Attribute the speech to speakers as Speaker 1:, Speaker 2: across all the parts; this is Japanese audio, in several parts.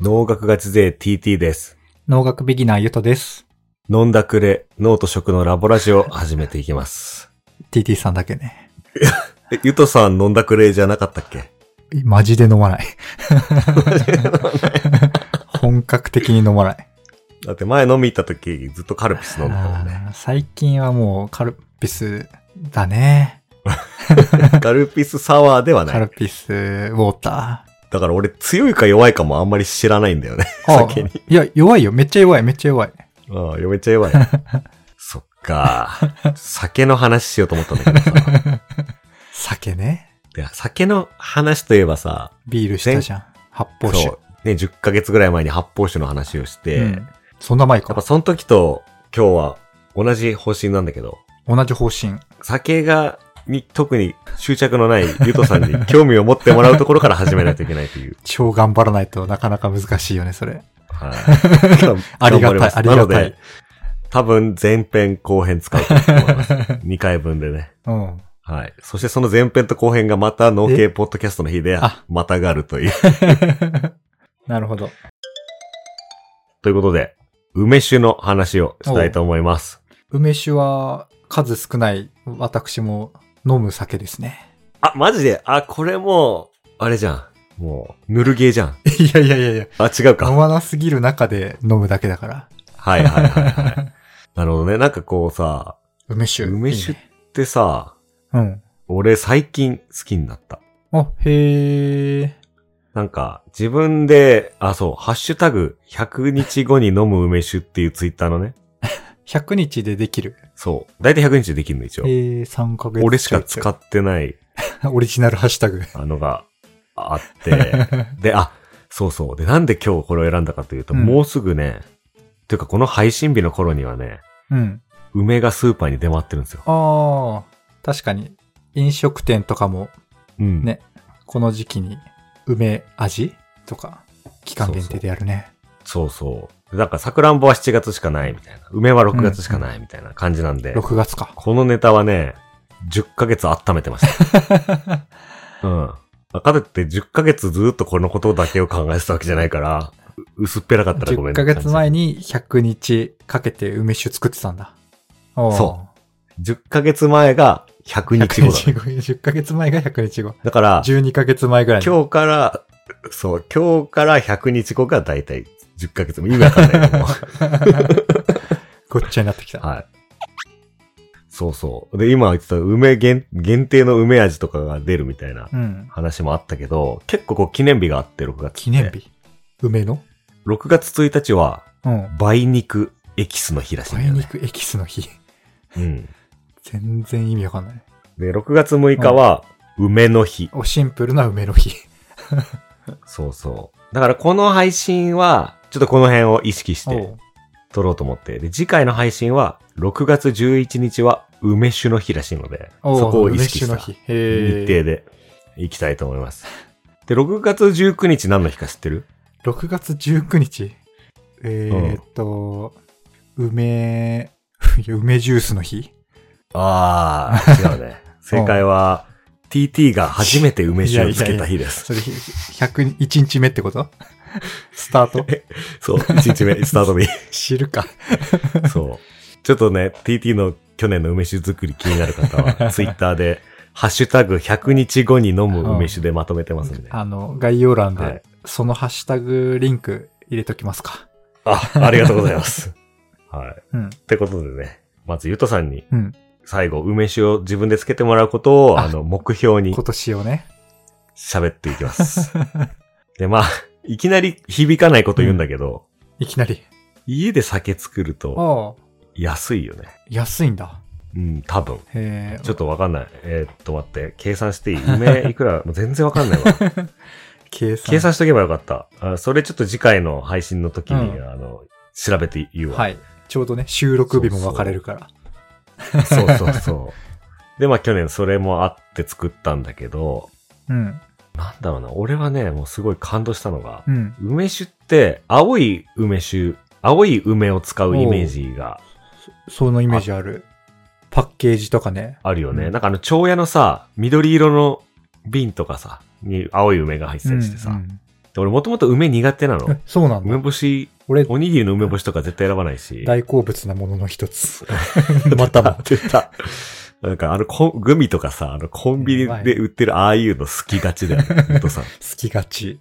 Speaker 1: 農学ガチ勢 TT です。
Speaker 2: 農学ビギナーゆとです。
Speaker 1: 飲んだくれ、脳と食のラボラジオ始めていきます。
Speaker 2: TT さんだけね。
Speaker 1: え、ゆとさん飲んだくれじゃなかったっけ
Speaker 2: マジで飲まない。本格的に飲まない。
Speaker 1: だって前飲み行った時ずっとカルピス飲んでたもんね。
Speaker 2: あー最近はもうカルピスだね。
Speaker 1: カルピスサワーではな
Speaker 2: カ
Speaker 1: い
Speaker 2: ル。ピスウォータ
Speaker 1: だから俺強いか弱いかもあんまり知らないんだ よね。
Speaker 2: ー。あ
Speaker 1: 先に
Speaker 2: ーいや、弱いよ。めっちゃ弱い、めっちゃ弱い。
Speaker 1: ああ、めちゃ 弱い。そっか。酒の話しようと思ったんだけど さ。
Speaker 2: 酒ね。
Speaker 1: で酒の話といえばさ、
Speaker 2: ビールしたじゃん。発泡酒
Speaker 1: そ。う。ね、10ヶ月ぐらい前に発泡酒の話をして、
Speaker 2: う
Speaker 1: やっ
Speaker 2: んそんな前
Speaker 1: ぱ
Speaker 2: か。
Speaker 1: その時と今日は同じ方針なんだけど、
Speaker 2: 同じ方針。
Speaker 1: 酒が、に、特に執着のないゆとさんに興味を持ってもらうところから始めないといけないという。
Speaker 2: 超頑張らないとなかなか難しいよね、それ。
Speaker 1: はい。頑
Speaker 2: あり
Speaker 1: 張
Speaker 2: がたい
Speaker 1: ます
Speaker 2: ありがた
Speaker 1: な
Speaker 2: い
Speaker 1: ので、多分前編後編使うと思います。2回 分でね。
Speaker 2: うん。
Speaker 1: はい。そしてその前編と後編がまた農系ポッドキャストの日で
Speaker 2: あ、
Speaker 1: またがるという。
Speaker 2: なるほど。
Speaker 1: ということで、梅酒の話をしたいと思います。
Speaker 2: 梅酒は数少ない私も飲む酒ですね。
Speaker 1: あ、マジであ、これもう、あれじゃん。もう、ぬるゲーじゃん。
Speaker 2: いやいやいやいや、
Speaker 1: あ、違う
Speaker 2: 飲
Speaker 1: か。
Speaker 2: まなすぎる中で飲むだけだから。
Speaker 1: はいはいはいはい。なるほどね。なんかこうさ、
Speaker 2: 梅酒。
Speaker 1: 梅酒
Speaker 2: い
Speaker 1: っ
Speaker 2: いね
Speaker 1: てさ、
Speaker 2: うん。
Speaker 1: 俺最近好きになった。
Speaker 2: あ、へえ。
Speaker 1: なんか、自分で、あ、そう、ハッシュタグ、100日後に飲む梅酒っていうツイッターのね。
Speaker 2: 100日でできる。
Speaker 1: そう。だいたい100日でできるの一応。
Speaker 2: ええ、3ヶ月。
Speaker 1: 俺しか使ってない、
Speaker 2: う。 オリジナルハッシュ タグ。
Speaker 1: あのがあ って。で、あ、そうそう。で、なんで今日これを選んだかというと、
Speaker 2: うん
Speaker 1: もうすぐね、というかこの配信日の頃にはね、
Speaker 2: うん。
Speaker 1: 梅がスーパーに出回ってるんですよ。
Speaker 2: ああ、確かに。飲食店とかも、
Speaker 1: うん。
Speaker 2: ねこの時期に、梅味とか、期間限定でやるね。
Speaker 1: そうそう。だから、さくらんぼは7月しかないみたいな。梅は6月しかないみたいな感じなんで、
Speaker 2: 6 月か。
Speaker 1: このネタはね、10ヶ月温めてま した。うん。かといって10ヶ月ずっとこのことだけを考えてたわけじゃないから、う薄っぺらかったらごめん
Speaker 2: 10ヶ月前
Speaker 1: に。
Speaker 2: に100日かけて梅酒作ってたんだ。
Speaker 1: そ10ヶ月前が100
Speaker 2: 100
Speaker 1: 日後だ、
Speaker 2: 日後。10ヶ月前が100日後。
Speaker 1: だから、
Speaker 2: 12ヶ月前ぐらいに。
Speaker 1: 今日から、そう、今日から100日後がだいたい10ヶ月も意味わかんないけども。
Speaker 2: ごっちゃになってきた。
Speaker 1: はい。そうそう。で、今言ってた梅限限定の梅味とかが出るみたいな
Speaker 2: うん。
Speaker 1: 話もあったけど、結構こう記念日があって、6月って。
Speaker 2: 記念日。梅の
Speaker 1: ?6 月1日は、
Speaker 2: うん。
Speaker 1: 梅肉エキスの日らしいんだ
Speaker 2: 梅
Speaker 1: よね。
Speaker 2: 肉エキスの日。
Speaker 1: うん。
Speaker 2: 全然意味わかんない。
Speaker 1: で、6月6日は、梅の日。
Speaker 2: お、シンプルな梅の日。
Speaker 1: そうそう。だからこの配信は、ちょっとこの辺を意識し
Speaker 2: お
Speaker 1: て
Speaker 2: う
Speaker 1: 撮ろうと思って。で、次回の配信は、6月11日は梅酒の日らしいので、
Speaker 2: おう
Speaker 1: そこを意識した
Speaker 2: 梅酒の日。
Speaker 1: 日
Speaker 2: へ
Speaker 1: 程
Speaker 2: え。
Speaker 1: で行きたいと思います。で、6月19日何の日か知ってる
Speaker 2: 6月19日。えーっと、梅、いや梅ジュースの日
Speaker 1: ああ、違うね。 正解は、TT が初めて梅酒をつけた日です。
Speaker 2: それ、101日目ってことスタート
Speaker 1: そう、1日目、スタート日。
Speaker 2: 知るか。
Speaker 1: そう。ちょっとね、TT の去年の梅酒作り気になる方 は、Twitter で、ハッシュタグ100日後に飲む梅酒でまとめてますんで。あ、
Speaker 2: あの、概要欄
Speaker 1: はい
Speaker 2: で、そのハッシュタグリンク入れときますか。
Speaker 1: ありがとうございます。はい。
Speaker 2: うん。
Speaker 1: ってことでね、まずゆとさんに
Speaker 2: うん。
Speaker 1: 最後、梅酒を自分でつけてもらうことを、
Speaker 2: あ
Speaker 1: あの、目標に
Speaker 2: 今年をね。
Speaker 1: 喋っていき ます。で、まあ、いきなり響かないこと言うんだけど、
Speaker 2: いきなり。
Speaker 1: 家で酒作ると
Speaker 2: ああ、
Speaker 1: 安いよね。
Speaker 2: 安いんだ。
Speaker 1: うん、多分。
Speaker 2: へえ。
Speaker 1: ちょっとわかんない。えーっと、待って。計算していい梅いくらもう全然わかんないわ。
Speaker 2: 計算。
Speaker 1: 計算しとけばよかった。あそれちょっと次回の配信の時に、
Speaker 2: う
Speaker 1: あの、調べて言うわ。
Speaker 2: はい。ちょうどね、収録日も分かれるから。
Speaker 1: そうそうそう。で、まあ去年それもあって作ったんだけど、
Speaker 2: うん。
Speaker 1: なんだろうな。俺はね、もうすごい感動したのが、
Speaker 2: うん。
Speaker 1: 梅酒って、青い梅酒、青い梅を使うイメージが
Speaker 2: そのイメージある。パッケージとかね。
Speaker 1: あるよね。
Speaker 2: うん
Speaker 1: なんかあの、蝶屋のさ、緑色の瓶とかさ、に青い梅が入ってたりしてさ、
Speaker 2: うん
Speaker 1: で俺もともと梅苦手なの
Speaker 2: え。そうなん
Speaker 1: 梅
Speaker 2: だ。
Speaker 1: 干し、
Speaker 2: 俺、
Speaker 1: おにぎりの梅干しとか絶対選ばない し。
Speaker 2: 大好物なものの一つ。 またも。
Speaker 1: 出た。なんかあのコン、グミとかさ、あのコンビニで売ってるああいうの好きがちだよ ね。ほんとさ、好
Speaker 2: 好きがち。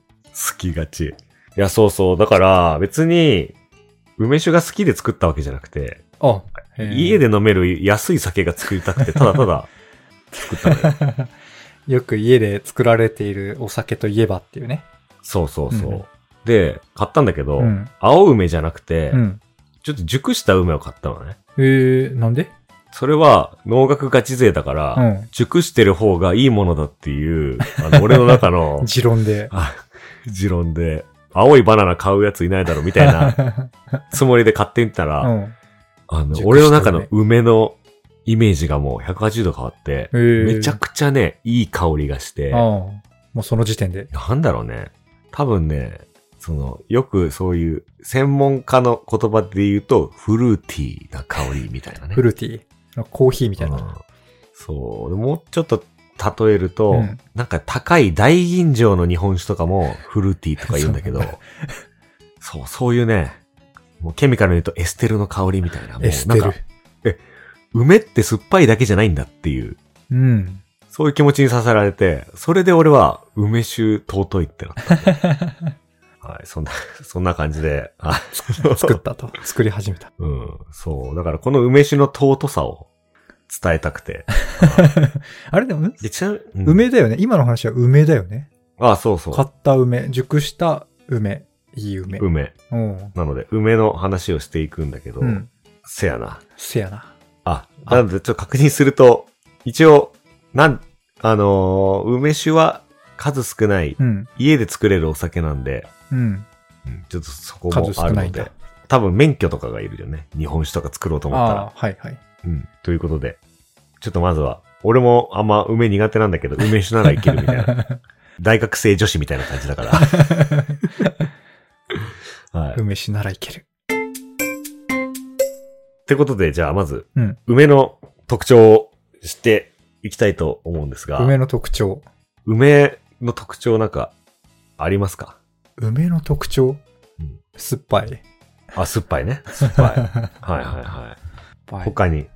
Speaker 1: きがち。いや、そうそう。だから、別に、梅酒が好きで作ったわけじゃなくて、
Speaker 2: あ、
Speaker 1: 家
Speaker 2: で。
Speaker 1: で飲める安い酒が作りたくて、ただた だ作ったのよ。
Speaker 2: よく家で作られているお酒といえばっていうね。
Speaker 1: そうそうそう。
Speaker 2: うん
Speaker 1: で、買ったんだけど、
Speaker 2: うん。
Speaker 1: 青梅じゃなくて、
Speaker 2: うん。
Speaker 1: ちょっと熟した梅を買ったのね。
Speaker 2: えー、なんで
Speaker 1: それは農学ガチ勢だから、
Speaker 2: うん。
Speaker 1: 熟してる方がいいものだっていう、あの俺の中 の
Speaker 2: 持論で。
Speaker 1: あ 持論で、青いバナナ買うやついないだろみたい なつもりで買ってみたら、
Speaker 2: うん。
Speaker 1: あ
Speaker 2: 熟
Speaker 1: の、
Speaker 2: した
Speaker 1: 俺の中の梅のイメージがもう180度変わって、
Speaker 2: えー、
Speaker 1: めちゃくちゃね、いい香りがして、
Speaker 2: ああ。もうその時点で。
Speaker 1: なんだろうね。多分ね、その、よくそういう専門家の言葉で言うと、フルーティーな香りみたいなね。
Speaker 2: フ
Speaker 1: ルー
Speaker 2: ルーティー。コーヒーみたいな。
Speaker 1: そう。もうちょっと例えると、
Speaker 2: うん
Speaker 1: なんか高い大吟醸の日本酒とかもフルーティーとか言うんだ けど、そう、そういうね、もうケミカルに言うとエステルの香りみたいな。もう
Speaker 2: エステ
Speaker 1: な
Speaker 2: ル
Speaker 1: んか。梅って酸っぱいだけじゃないんだっていう、
Speaker 2: うん。
Speaker 1: そういう気持ちにさせられて、それで俺は梅酒尊いってなった。 はい、そんな、そんな感じで、あ
Speaker 2: 作ったと。作り始めた。
Speaker 1: うん、そう。だからこの梅酒の尊さを伝えたくて。
Speaker 2: あれでも、
Speaker 1: でちなみにうん
Speaker 2: 梅だよね。今の話は梅だよね。
Speaker 1: あ、そうそう。
Speaker 2: 買った梅、熟した梅、いい梅。
Speaker 1: 梅。
Speaker 2: うん。
Speaker 1: なので、梅の話をしていくんだけど、
Speaker 2: うん。
Speaker 1: せやな。
Speaker 2: せやな。
Speaker 1: あ、なので、ちょっと確認すると、一応、なん、あのー梅酒は数少ない、
Speaker 2: うん。
Speaker 1: 家で作れるお酒なんで、
Speaker 2: うん。
Speaker 1: うんちょっとそこも
Speaker 2: 数少
Speaker 1: ある
Speaker 2: ない
Speaker 1: の
Speaker 2: んだ
Speaker 1: で、。多分免許とかがいるよね。日本酒とか作ろうと思った
Speaker 2: ああ
Speaker 1: ら。
Speaker 2: ー、はいはい。
Speaker 1: うん。ということで、ちょっとまずは、俺もあんま梅苦手なんだけど、梅酒ならいけるみたい な。大学生女子みたいな感じだから。はい。
Speaker 2: 梅酒ならいける。
Speaker 1: ってことで、じゃあまず、
Speaker 2: うん
Speaker 1: 梅の特徴を知っていきたいと思うんですが、
Speaker 2: 梅
Speaker 1: 梅
Speaker 2: の特徴。
Speaker 1: の特徴なんかありますか
Speaker 2: 梅の特徴
Speaker 1: うん
Speaker 2: 酸っぱい。
Speaker 1: あ、酸っぱいね。酸 っぱい。はいはいはい。他に、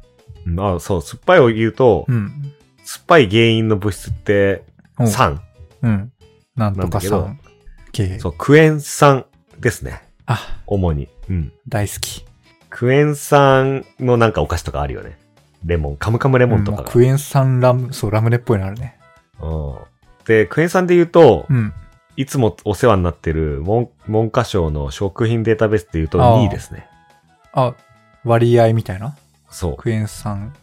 Speaker 1: うんあ、そう、酸っぱいを言うと、
Speaker 2: うん。
Speaker 1: 酸っぱい原因の物質って
Speaker 2: うん
Speaker 1: 酸、
Speaker 2: うん。なんとかさ
Speaker 1: なん
Speaker 2: ん。系。
Speaker 1: そう、クエン酸ですね。
Speaker 2: あ、
Speaker 1: 主に。うん。
Speaker 2: 大好き。
Speaker 1: クエン酸のなんかお菓子とかあるよね。レモン、カムカムレモンとか
Speaker 2: うん
Speaker 1: が。
Speaker 2: クエン酸ラム、そう、ラムネっぽいのあるね。
Speaker 1: うんで、クエン酸で言うと、
Speaker 2: うん。
Speaker 1: いつもお世話になってる文文科省の食品データベースで言うと
Speaker 2: ああ
Speaker 1: 2位ですね。
Speaker 2: あ、割合みたいな
Speaker 1: そ
Speaker 2: クエン酸。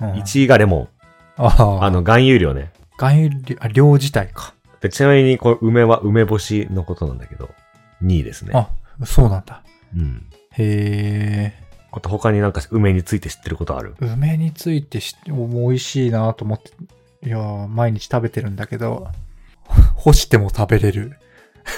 Speaker 2: うん
Speaker 1: う。1位がレモン。
Speaker 2: ああ
Speaker 1: あの、含有量ね。
Speaker 2: 含有量、あ、量自体か。
Speaker 1: でちなみに、これ、梅は梅干しのことなんだけど、2位ですね。
Speaker 2: あ、そうなんだ。
Speaker 1: うん。
Speaker 2: へえ。
Speaker 1: あと他になんか梅について知ってることある
Speaker 2: 梅についてし、もう美味しいなと思って、いやー、毎日食べてるんだけど、 干しても食べれる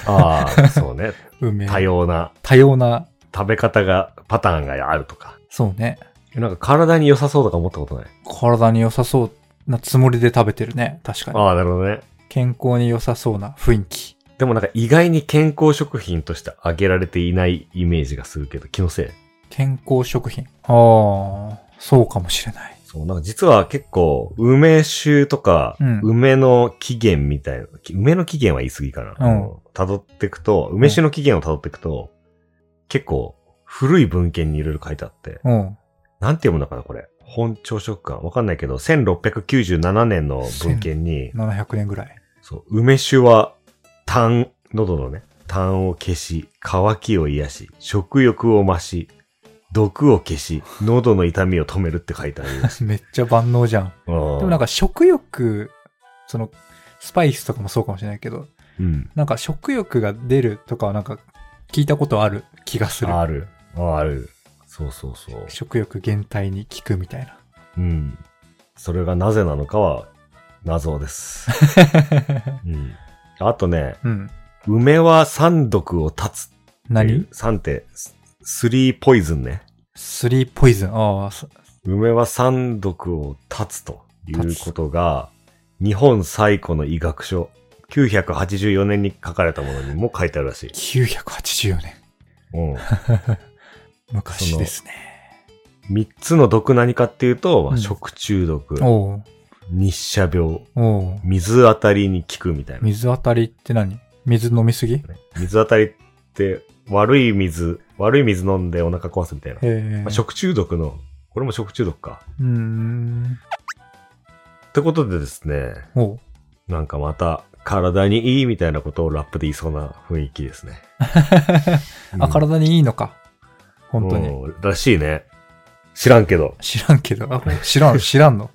Speaker 1: ああ、そう ね。
Speaker 2: 梅。
Speaker 1: 多。様な
Speaker 2: 多様な、
Speaker 1: 食べ方が、パターンがあるとか。
Speaker 2: そうね。
Speaker 1: なんか体に良さそうとか思ったことない。
Speaker 2: 体に良さそうなつもりで食べてるね。確かに。
Speaker 1: ああ、なるほどね。
Speaker 2: 健康に良さそうな雰囲気。
Speaker 1: でもなんか意外に健康食品として挙げられていないイメージがするけど、気のせい。
Speaker 2: 健康食品。ああ、そうかもしれない。
Speaker 1: そう、なんか実は結構、梅酒とか、
Speaker 2: うん
Speaker 1: 梅の起源みたいな、き梅の起源は言い過ぎかな。
Speaker 2: うん
Speaker 1: 辿っていくと、梅酒の起源を辿っていくと、結構、古い文献にいろいろ書いてあって、
Speaker 2: うん。
Speaker 1: なんて読むのかな、これ。本朝食館。わかんないけど、1697年の文献に、
Speaker 2: 700年ぐらい。
Speaker 1: そう、梅酒は、痰、喉のね、痰を消し、渇きを癒し、食欲を増し、毒を消し、喉の痛みを止めるって書いてあるらしい。
Speaker 2: めっちゃ万能じゃん。
Speaker 1: で
Speaker 2: でもなんか食欲、その、スパイスとかもそうかもしれないけど、
Speaker 1: うん。
Speaker 2: なんか食欲が出るとかはなんか聞いたことある気がする。
Speaker 1: ある。ある。そうそうそう。
Speaker 2: 食欲減退に効くみた いな。
Speaker 1: うん。それがなぜなのかは謎 です。うん。あとね、
Speaker 2: うん。
Speaker 1: 梅は三毒を断つっていう。
Speaker 2: 何
Speaker 1: 三って、ススリーポイズンね。
Speaker 2: スリーポイズン。ああ、そ
Speaker 1: 梅は三毒を断つということが、日本最古の医学書、 984年に書かれたものにも書いてあるらしい。
Speaker 2: 984年。
Speaker 1: うん。
Speaker 2: 昔ですね。
Speaker 1: 3つの毒何かっていうと、まあ
Speaker 2: うん
Speaker 1: 食中毒、
Speaker 2: おう
Speaker 1: 日射病、
Speaker 2: おう
Speaker 1: 水当たりに効くみたいな。
Speaker 2: 水当たりって何水飲みすぎへ
Speaker 1: 水当たりって悪い水、悪い水飲んでお腹壊すみたいな。
Speaker 2: え
Speaker 1: まあ、。食中毒の、これも食中毒か。
Speaker 2: うーん。
Speaker 1: ってことでですね、
Speaker 2: おう
Speaker 1: なんかまた体にいいみたいなことをラップで言いそうな雰囲気ですね。
Speaker 2: あ、体にいいのか。本当に。。
Speaker 1: に。らしいね。知らんけど
Speaker 2: 知らんけど。あ知 らん、知らんの。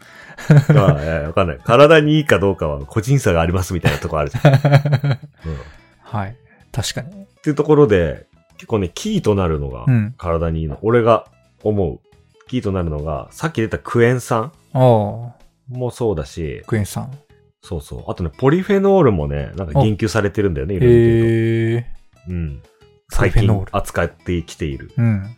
Speaker 1: まあ、えーわかんない。体にいいかどうかは個人差がありますみたいなとこあるじゃん。 うんっ
Speaker 2: はい。確かに。
Speaker 1: ていうところで、結構ね、キーとなるのが
Speaker 2: うん
Speaker 1: 体にいいの。俺が思う。キーとなるのが、さっき出たクエン酸
Speaker 2: おう
Speaker 1: もそうだし、
Speaker 2: クエン酸。
Speaker 1: そうそう。あとね、ポリフェノールもね、なんか言及されてるんだよね、いろいろ見てると
Speaker 2: へえ。
Speaker 1: うん。
Speaker 2: ポリ
Speaker 1: 最
Speaker 2: フェ
Speaker 1: 近
Speaker 2: ノール
Speaker 1: 扱ってきている。
Speaker 2: うん。
Speaker 1: うん。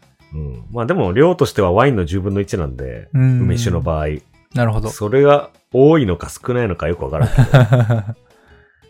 Speaker 1: まあでも量としてはワインの10分の1なんで、
Speaker 2: うん
Speaker 1: 梅酒の場合。
Speaker 2: なるほど。
Speaker 1: それが多いのか少ないのかよくわ からんけど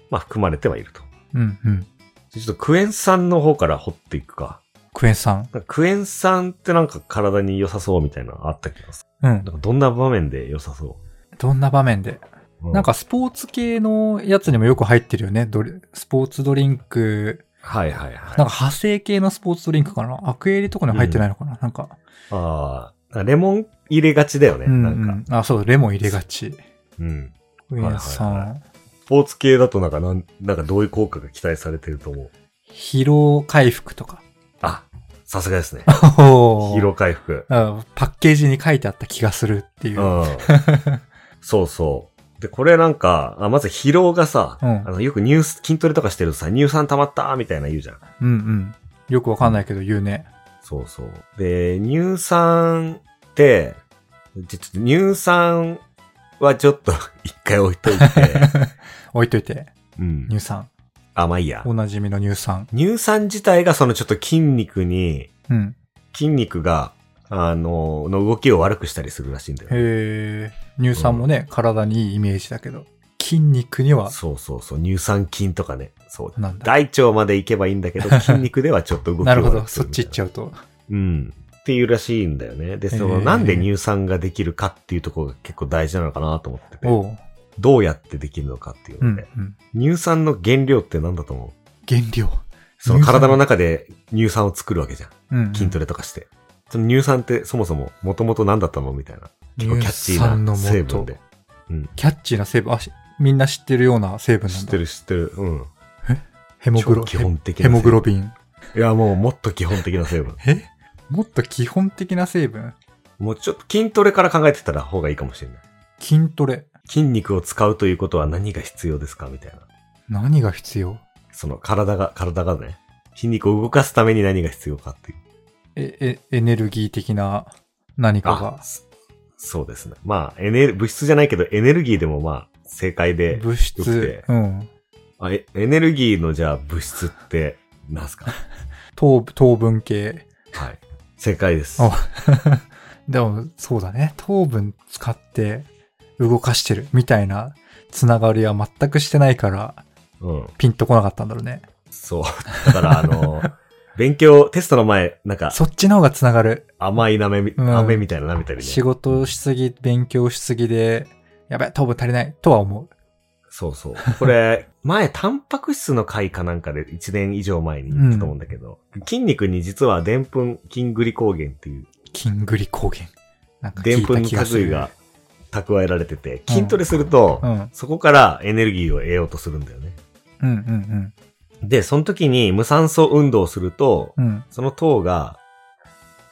Speaker 1: まあ含まれてはいると。
Speaker 2: うんうん。
Speaker 1: ちょっとクエン酸の方から掘っていくか。
Speaker 2: クエン酸。
Speaker 1: なんかクエン酸ってなんか体に良さそうみたいなのあった気がす
Speaker 2: うん
Speaker 1: る。な。んかどんな場面で良さそ
Speaker 2: どんな場面で
Speaker 1: う、う
Speaker 2: なん、かスポーツ系のやつにもよく入ってるよね。ドリスポーツドリンク。
Speaker 1: はいはいは
Speaker 2: なんか
Speaker 1: い。
Speaker 2: 派生系のスポーツドリンクかなアクエリとかには入ってないのかな、なんか。
Speaker 1: ああ、レモン入れがちだよね。
Speaker 2: うん
Speaker 1: な
Speaker 2: うん
Speaker 1: か。
Speaker 2: ん。あ、そう、レモン入れがち。
Speaker 1: うん。
Speaker 2: クエン酸。
Speaker 1: はいはいスポーツ系だとなんかなん、なんかどういう効果が期待されてると思う
Speaker 2: 疲労回復とか。
Speaker 1: あ、さすが ですね。
Speaker 2: 疲
Speaker 1: 疲労回復。
Speaker 2: うんパッケージに書いてあった気がするっていう
Speaker 1: ん。
Speaker 2: う。
Speaker 1: そうそう。で、これなんか、あまず疲労がさ、
Speaker 2: うん
Speaker 1: あのよくニュース、筋トレとかしてるとさ、乳酸溜まったーみたいな言うじゃん。
Speaker 2: うんうん。よくわかんないけど言うね。
Speaker 1: そうそう。で、乳酸って、ちょちょっと乳酸はちょっと 一回置いといて、
Speaker 2: 置いといて。
Speaker 1: うん。
Speaker 2: 乳酸。
Speaker 1: あ、まあいいや
Speaker 2: お。なじみの乳酸。
Speaker 1: 乳酸自体がそのちょっと筋肉に、
Speaker 2: うん。
Speaker 1: 筋肉が、あの、の動きを悪くしたりするらしいんだよね。
Speaker 2: へー乳酸もね、体にいいイメージだけど。筋肉には、
Speaker 1: そうそうそう、乳酸菌とかね。そう。
Speaker 2: なん だ。
Speaker 1: 大腸まで行けばいいんだ けど、筋肉ではちょっと動き
Speaker 2: なるほど。
Speaker 1: 悪くす
Speaker 2: そっち行っち
Speaker 1: ゃ
Speaker 2: ゃうと。
Speaker 1: う。うん。っていうらしいんだよね。で、そ
Speaker 2: へ
Speaker 1: の、
Speaker 2: ー
Speaker 1: なんで乳酸ができるかっていうところが結構大事なのかなと思ってて、
Speaker 2: おう。
Speaker 1: どうやってできるのかっていう
Speaker 2: う
Speaker 1: の
Speaker 2: ん、
Speaker 1: で、
Speaker 2: うん。
Speaker 1: 乳酸の原料ってなんだと思う
Speaker 2: 原料。
Speaker 1: その
Speaker 2: 乳酸
Speaker 1: 体の中で乳酸を作るわけじゃん。
Speaker 2: うん。
Speaker 1: 筋ト
Speaker 2: レ。
Speaker 1: レとかして。その乳酸ってそもそも元々何だったのみたいな。結構キャッチ
Speaker 2: 乳酸
Speaker 1: ー
Speaker 2: の
Speaker 1: な
Speaker 2: 元
Speaker 1: 成分で。
Speaker 2: キャッチーな成分。あ、しみんな知ってるような成分なん
Speaker 1: 知
Speaker 2: だ。
Speaker 1: ってる知ってる。うん。
Speaker 2: ヘモグロ
Speaker 1: 超基本的な成分
Speaker 2: ヘモグロビン。
Speaker 1: いや、もうもっと基本的な成分。
Speaker 2: えもっと基本的な成分
Speaker 1: もうちょっと筋トレから考えてたら方がいいかもしれない。
Speaker 2: 筋トレ。
Speaker 1: 筋肉を使うということは何が必要ですかみたいな。
Speaker 2: 何が必要
Speaker 1: その体が、体がね、筋肉を動かすために何が必要かっていう。
Speaker 2: え、え、エネルギー的な何かが。
Speaker 1: そそうですね。まあ、エネル、物質じゃないけどエネルギーでもまあ、正解で、
Speaker 2: 物
Speaker 1: よく
Speaker 2: 質
Speaker 1: て。
Speaker 2: うん。
Speaker 1: あえエネルギーのじゃあ物質って、なんす か
Speaker 2: 糖分、糖分系。
Speaker 1: はい。正解です。
Speaker 2: おでも、そうだね。糖分使って動かしてるみたいなつながりは全くしてないから、
Speaker 1: うん。
Speaker 2: ピンとこなかったんだろうね。
Speaker 1: そう。だからあの、勉強、テストの前、なんか
Speaker 2: そっちの方がつながる。
Speaker 1: 甘いなめみ、
Speaker 2: うん
Speaker 1: 飴みたいな舐めたりね。
Speaker 2: 仕事しすぎ、勉強しすぎで、やべ、糖分足りないとは思
Speaker 1: そうそう。これ、 前、タンパク質の回かなんかで1年以上前に言ったと思うんだけど、筋肉に実はでんぷん筋グリコーゲンっていう、
Speaker 2: う。キングリ抗原。なんか
Speaker 1: で
Speaker 2: 聞
Speaker 1: ん
Speaker 2: い
Speaker 1: ぷ
Speaker 2: た
Speaker 1: ん
Speaker 2: 気
Speaker 1: の
Speaker 2: がす
Speaker 1: 類
Speaker 2: る。
Speaker 1: が蓄えられてて、筋トレすると、
Speaker 2: うん。
Speaker 1: そこからエネルギーを得ようとするんだよね。
Speaker 2: うんうん
Speaker 1: で、その時に無酸素運動をすると、
Speaker 2: うん。うん。
Speaker 1: その糖が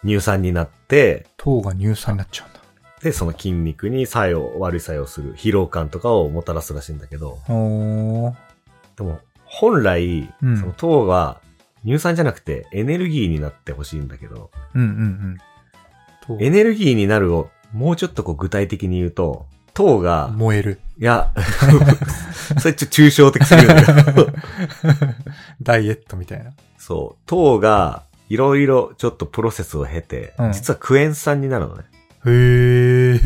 Speaker 1: 乳酸になって、
Speaker 2: 糖が乳酸になっちゃうんだ。
Speaker 1: で、その筋肉に作用、悪い作用する、疲労感とかをもたらすらしいんだけど、
Speaker 2: おー。
Speaker 1: でも、本来、
Speaker 2: うん
Speaker 1: その糖は乳酸じゃなくてエネルギーになってほしいんだけど、
Speaker 2: うんうんうん。
Speaker 1: エネルギーになるをもうちょっとこう具体的に言うと、糖が、
Speaker 2: 燃え る。
Speaker 1: いや、それちょっと抽象的すぎるん だけど、
Speaker 2: ダイエットみたいな。
Speaker 1: そう、糖がいろいろちょっとプロセスを経て、
Speaker 2: うん
Speaker 1: 実はクエン酸になるのね。
Speaker 2: へえ。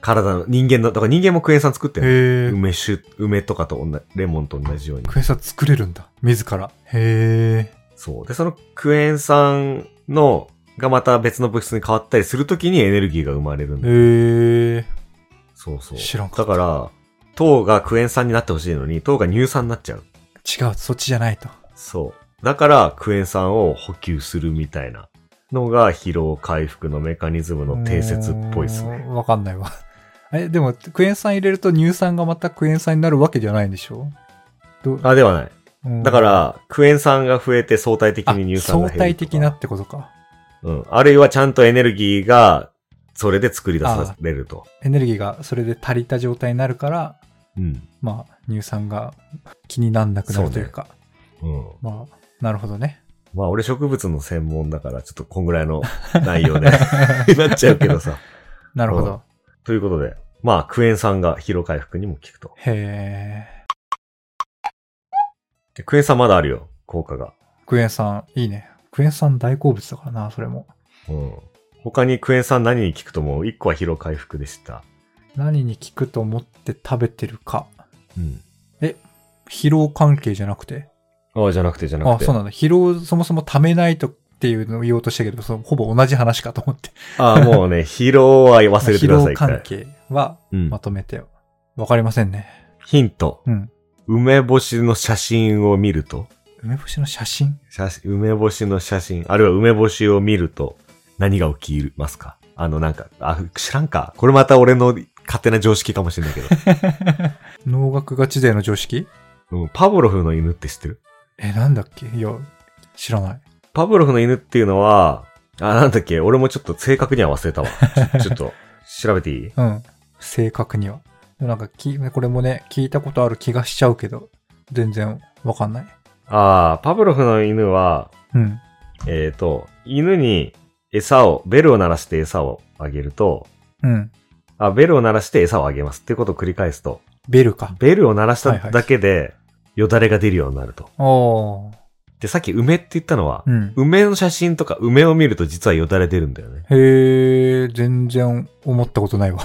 Speaker 1: 体の、人間の、だから人間もクエン酸作ってる
Speaker 2: へえ。
Speaker 1: 梅酒、梅とかと同じ、レモンと同じように。
Speaker 2: クエン酸作れるんだ。自ら。へえ。
Speaker 1: そう。で、そのクエン酸の、がまた別の物質に変わったりするときにエネルギーが生まれるんだ。
Speaker 2: へえ。
Speaker 1: そうそう。
Speaker 2: 知らんか
Speaker 1: だから、糖がクエン酸になってほしいのに、糖が乳酸になっちゃう。
Speaker 2: 違う、そっちじゃないと。
Speaker 1: そう。だから、クエン酸を補給するみたいなのが疲労回復のメカニズムの定説っぽいです
Speaker 2: うー
Speaker 1: ね
Speaker 2: ん。わかんないわ。 え、でも、クエン酸入れると乳酸がまたクエン酸になるわけじゃないんでしょど
Speaker 1: あ、ではない。
Speaker 2: うん
Speaker 1: だから、クエン酸が増えて相対的
Speaker 2: あ
Speaker 1: に乳酸が減るとか。
Speaker 2: 相対的な。ってことか。
Speaker 1: うん。あるいはちゃんとエネルギーが、それで作り出されると。
Speaker 2: エネルギーがそれで足りた状態になるから、
Speaker 1: うん。
Speaker 2: まあ、乳酸が気になんなくなるというか。
Speaker 1: うん。
Speaker 2: まあ、なるほどね。
Speaker 1: まあ、俺植物の専門だから、ちょっとこんぐらいの内容 で なっちゃうけどさ。
Speaker 2: なるほ
Speaker 1: うん
Speaker 2: ど。
Speaker 1: ということで、まあ、クエン酸が疲労回復にも効くと。
Speaker 2: へえ。
Speaker 1: でクエン酸まだあるよ、効果が。
Speaker 2: クエン酸、いいね。クエン酸大好物だからな、それも。
Speaker 1: うん。他にクエン酸何に効くとも、一個は疲労回復でした。
Speaker 2: 何に効くと思って食べてるか。
Speaker 1: うん。
Speaker 2: 疲労関係じゃなくて。
Speaker 1: ああ、じゃなくて、じゃな
Speaker 2: あ
Speaker 1: くて。
Speaker 2: そうなんだ。疲労そもそも溜めないとっていうのを言おうとしたけど、そのほぼ同じ話かと思って。
Speaker 1: ああ、もう ね、疲労は忘れて
Speaker 2: 疲
Speaker 1: ください、
Speaker 2: 労
Speaker 1: 一回
Speaker 2: 関係は
Speaker 1: うん
Speaker 2: まとめてよ。わかりませんね。
Speaker 1: ヒント。
Speaker 2: うん。
Speaker 1: 梅干しの写真を見ると、
Speaker 2: 梅干しの 写真
Speaker 1: 写真梅干しの写真、あるいは梅干しを見ると、何が起きますかあの、なんか、あ、知らんか。これまた俺の勝手な常識かもしれないけ ど。
Speaker 2: 能楽ガチ勢の常識
Speaker 1: うん、パブロフの犬って知ってる
Speaker 2: え、なんだっけいや、知らない。
Speaker 1: パブロフの犬っていうのは、あ、なんだっけ俺もちょっと正確には忘れたわ。ちょ ちょっと、調べていい
Speaker 2: うん。正確には。でもなんかき、これもね、聞いたことある気がしちゃうけど、全然わかんない。
Speaker 1: ああ、パブロフの犬は、
Speaker 2: うん。
Speaker 1: えっ、と、犬に餌を、ベルを鳴らして餌をあげると、
Speaker 2: うん。
Speaker 1: あ、ベルを鳴らして餌をあげますっていうことを繰り返すと、
Speaker 2: ベルか。
Speaker 1: ベルを鳴らし
Speaker 2: は
Speaker 1: た
Speaker 2: いはい
Speaker 1: だけで、よだれが出るようになると。
Speaker 2: おー。
Speaker 1: で、さっき梅って言ったのは
Speaker 2: う、ん。
Speaker 1: 梅の写真とか梅を見ると実はよだれ出るんだよね。
Speaker 2: へえ、全然思ったことないわ。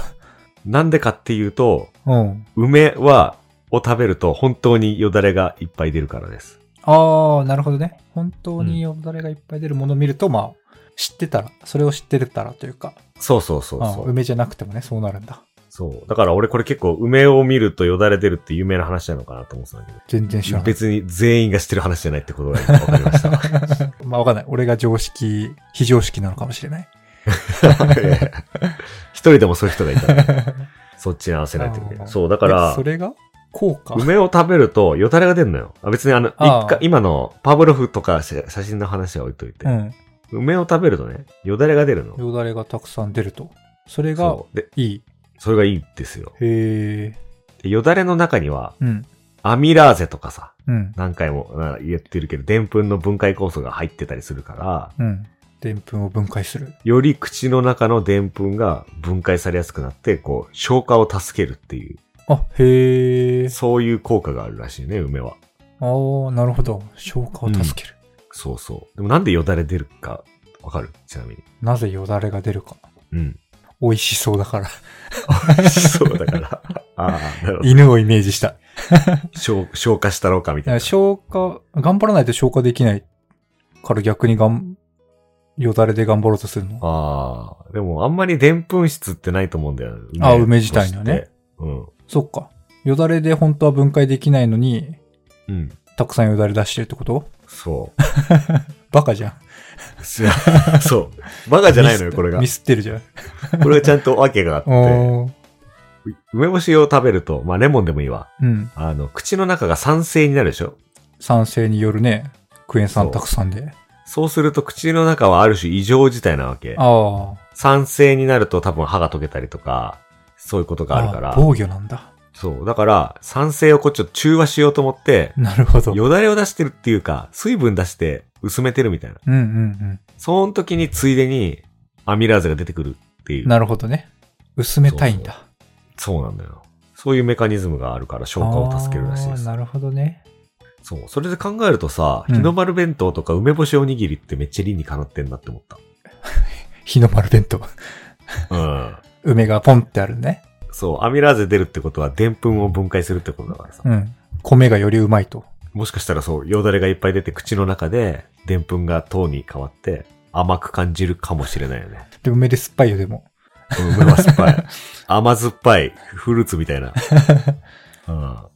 Speaker 1: なんでかっていうと、
Speaker 2: うん。
Speaker 1: 梅は、を食べると本当によだれがいっぱい出るからです。
Speaker 2: ああ、なるほどね。本当によだれがいっぱい出るものを見ると、まあ、知ってたら、それを知ってたらというか、
Speaker 1: そうそうそう
Speaker 2: ああ
Speaker 1: そう。
Speaker 2: 梅じゃなくてもね、そうなるんだ。
Speaker 1: そう。だから俺これ結構梅を見るとよだれ出るって有名な話なのかなと思ってたんだ
Speaker 2: 全然
Speaker 1: け
Speaker 2: 知
Speaker 1: ど。
Speaker 2: らない。
Speaker 1: 別に全員が知ってる話じゃないってことが今分かりました。
Speaker 2: まあ、わかんない。俺が常識、非常識なのかもしれない。
Speaker 1: 一人でもそういう人がいたら、そっちに合わせないといけな
Speaker 2: あー
Speaker 1: い。そう、だから
Speaker 2: えそ、れが効果
Speaker 1: 梅を食べるとよだれが出るのよ。あ別にあの、
Speaker 2: あー
Speaker 1: 一回今のパブロフとか写写真の話は置いといて、
Speaker 2: うん。
Speaker 1: 梅を食べるとね、よだれが出るの。
Speaker 2: よだれがたくさん出ると。それが
Speaker 1: そう。で、
Speaker 2: いい。
Speaker 1: それがいいんですよ。
Speaker 2: へえ。
Speaker 1: でよだれの中には、
Speaker 2: うん。
Speaker 1: アミラーゼとかさ、
Speaker 2: うん。
Speaker 1: 何回もな言ってるけど、でんぷんの分解酵素が入ってたりするから、
Speaker 2: うん。でんぷんを分解する。
Speaker 1: より口の中のでんぷんが分解されやすくなって、こう、消化を助けるってい
Speaker 2: あ、へえ
Speaker 1: う、。そういう効果があるらしいね、梅は。
Speaker 2: ああ、なるほど。消化を助ける。
Speaker 1: そうそう。でもなんでよだれ出るか、わかるちなみに。
Speaker 2: なぜよだれが出るか。
Speaker 1: うん。
Speaker 2: 美味しそうだから。
Speaker 1: そうだから。ああ、なるほど
Speaker 2: 犬をイメージした。
Speaker 1: 消。消化したろうかみたいな。
Speaker 2: 消化、頑張らないと消化できないから逆にがん、よだれで頑張ろうとするの。
Speaker 1: ああ、でもあんまりでんぷん質ってないと思うんだよ。
Speaker 2: あ梅自体には
Speaker 1: と
Speaker 2: ね
Speaker 1: して。うん。
Speaker 2: そっか。よだれで本当は分解できないのに、
Speaker 1: うん。
Speaker 2: たくさんよだれ出してるってこと
Speaker 1: そう。
Speaker 2: バカじゃん。
Speaker 1: そう。バカじゃないのよ、
Speaker 2: ミス
Speaker 1: これが
Speaker 2: ミ。スってるじゃん。
Speaker 1: これがちゃんと訳があって。
Speaker 2: おー
Speaker 1: 梅干しを食べると、まあレモンでもいいわ。
Speaker 2: うん。
Speaker 1: あの、口の中が酸性になるでしょ
Speaker 2: 酸性によるね、クエン酸
Speaker 1: そう
Speaker 2: たくさんで。
Speaker 1: そうすると口の中はある種異常事態なわけ。
Speaker 2: あ
Speaker 1: 酸性になると多分歯が溶けたりとか、そういうこと
Speaker 2: あ。
Speaker 1: があるか
Speaker 2: あー
Speaker 1: ら。
Speaker 2: 防御なんだ。
Speaker 1: そう。だから、酸性をこうちょっと中和しようと思って、
Speaker 2: なるほど。
Speaker 1: よだれを出してるっていうか、水分出して薄めてるみたいな。
Speaker 2: うんうん
Speaker 1: その時についでにアミラーゼが出てくるっていう
Speaker 2: うん。。なるほどね。薄めたいんだ。
Speaker 1: そうなんだよ。そういうメカニズムがあるから消化を助けるらしいで
Speaker 2: あー
Speaker 1: す。
Speaker 2: なるほどね。
Speaker 1: そう。それで考えるとさ、
Speaker 2: うん
Speaker 1: 日の丸弁当とか梅干しおに ぎりってめっちゃ理にかなってんなって思っ
Speaker 2: 日の丸弁当。
Speaker 1: た。うん。
Speaker 2: 梅がポンってあるね。
Speaker 1: そう、アミラーゼ出るってことは、でんぷんを分解するってことだからさ。
Speaker 2: うん。米がよりうまいと。
Speaker 1: もしかしたらそう、よだれがいっぱい出て口の中で、でんぷんが糖に変わって、甘く感じるかもしれないよね。
Speaker 2: で、梅で酸っぱいよ、でも。
Speaker 1: うん梅は酸っぱ い。甘酸っぱい。フルーツみたいな。うん。ま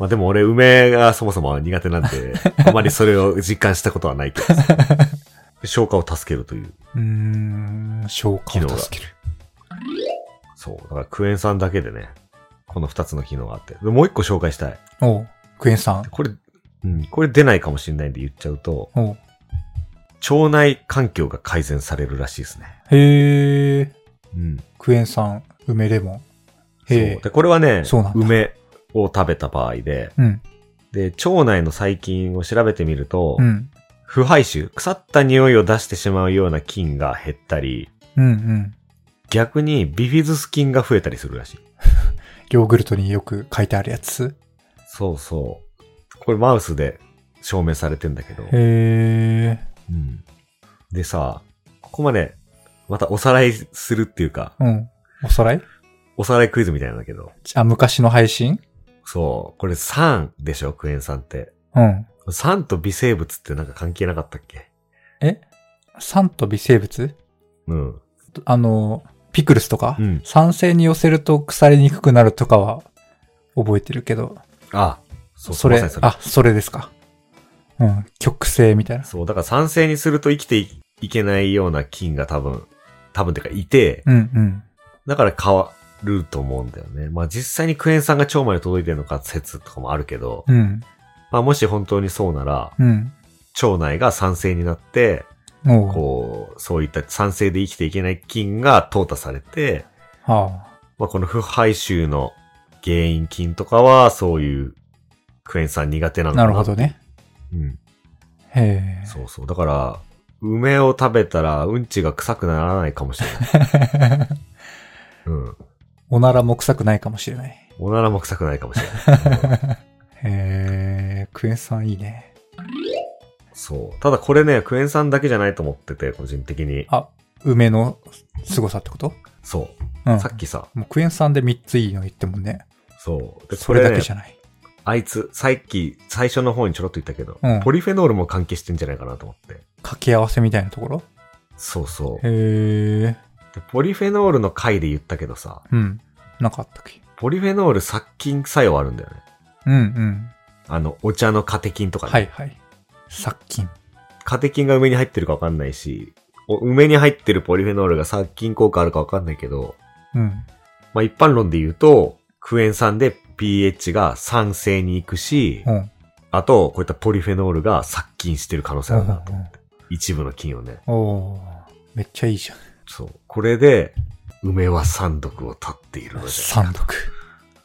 Speaker 1: あでも俺、梅がそもそも苦手なんで、あまりそれを実感したことはないけどさ。 消化を助けるという。
Speaker 2: うーん、消化を助ける。
Speaker 1: そう。だからクエン酸だけでね、この二つの機能があって。でもう一個紹介したい。
Speaker 2: おう、クエン酸。
Speaker 1: これ、うん、これ出ないかもしれないんで言っちゃうと、
Speaker 2: おう。
Speaker 1: 腸内環境が改善されるらしいですね。
Speaker 2: へー、
Speaker 1: うん。
Speaker 2: クエン酸、梅レモン。へ
Speaker 1: そう
Speaker 2: ー。
Speaker 1: で、これはね
Speaker 2: そうなん、だ
Speaker 1: 梅を食べた場合で、
Speaker 2: うん、
Speaker 1: で、腸内の細菌を調べてみると、
Speaker 2: うん、
Speaker 1: 腐敗臭、腐った匂いを出してしまうような菌が減ったり、
Speaker 2: うん、うん。
Speaker 1: 逆にビフィズス菌が増えたりするらしい。
Speaker 2: ヨーグルトによく書いてあるやつ。
Speaker 1: そうそう。これマウスで証明されてんだけど。
Speaker 2: へ
Speaker 1: うん、でさ、ここまで、またおさらいするっていうか、
Speaker 2: ー。うん。おさらい
Speaker 1: おさらいクイズみたいなんだけど。
Speaker 2: あ、昔の配信
Speaker 1: そう、これ酸でしょ、クエン酸って。
Speaker 2: うん。
Speaker 1: 酸と微生物ってなんか関係なかったっけ
Speaker 2: え酸と微生物
Speaker 1: うん。
Speaker 2: あの、ピクルスとか、
Speaker 1: うん
Speaker 2: 酸性に寄せると腐りにくくなるとかは覚えてるけど、
Speaker 1: あ、
Speaker 2: そ
Speaker 1: そう、
Speaker 2: れ、
Speaker 1: まさに
Speaker 2: あ、それですか。うん、極性みたいな。
Speaker 1: そう、だから酸性にすると生きていいけないような菌が多分、多分てかいて、
Speaker 2: うんうん。
Speaker 1: だから変わると思うんだよね。まあ実際にクエン酸が腸まで届いてるのか説とかもあるけど、
Speaker 2: うん、
Speaker 1: まあもし本当にそうなら、
Speaker 2: うん。
Speaker 1: 腸内が酸性になって、
Speaker 2: おう
Speaker 1: こう、そういった酸性で生きていけない菌が淘汰されて、
Speaker 2: はあ、
Speaker 1: まあこの腐敗臭の原因菌とかは、そういうクエン酸苦手なのかな。
Speaker 2: なるほど。ね。
Speaker 1: うん。
Speaker 2: へえ。
Speaker 1: そうそう。だから、梅を食べたらうんちが臭くならないかもしれ ない。うん。
Speaker 2: おならも臭くないかもしれない。
Speaker 1: おならも臭くないかもしれない。うん
Speaker 2: へえ、クエン酸いいね。
Speaker 1: そう。ただこれね、クエン酸だけじゃないと思ってて、個人的に。
Speaker 2: あ、梅の凄さってこと
Speaker 1: そうう。
Speaker 2: ん
Speaker 1: さ。っきさ、
Speaker 2: もうクエン酸で3ついいの言ってもね。
Speaker 1: そう。で、
Speaker 2: そ
Speaker 1: こ
Speaker 2: れ
Speaker 1: れ
Speaker 2: だ
Speaker 1: ね
Speaker 2: けじ、ゃない。
Speaker 1: あいつ、さっき、最初の方にちょろっと言ったけど、
Speaker 2: うん
Speaker 1: ポリフェノールも関係してんじゃないかなと思って。
Speaker 2: 掛け合わせみたいなところ
Speaker 1: そうそう。
Speaker 2: へえ。
Speaker 1: でポリフェノールの回で言ったけどさ、
Speaker 2: うん。なんかあったっけ
Speaker 1: ポリフェノール殺菌作用あるんだよね。
Speaker 2: うんうん。
Speaker 1: あの、お茶のカテキンとかね。
Speaker 2: はいはい。殺菌。
Speaker 1: カテキンが梅に入ってるかわかんないし、お梅に入ってるポリフェノールが殺菌効果あるかわかんないけど、
Speaker 2: うん。
Speaker 1: まあ一般論で言うと、クエン酸で pH が酸性に行くし、
Speaker 2: うん。
Speaker 1: あと、こういったポリフェノールが殺菌してる可能性あるなと。
Speaker 2: うん
Speaker 1: 一部の菌をね。
Speaker 2: おーめっちゃいいじゃん。
Speaker 1: そう。これで、梅は酸毒を絶っているので。
Speaker 2: 三毒。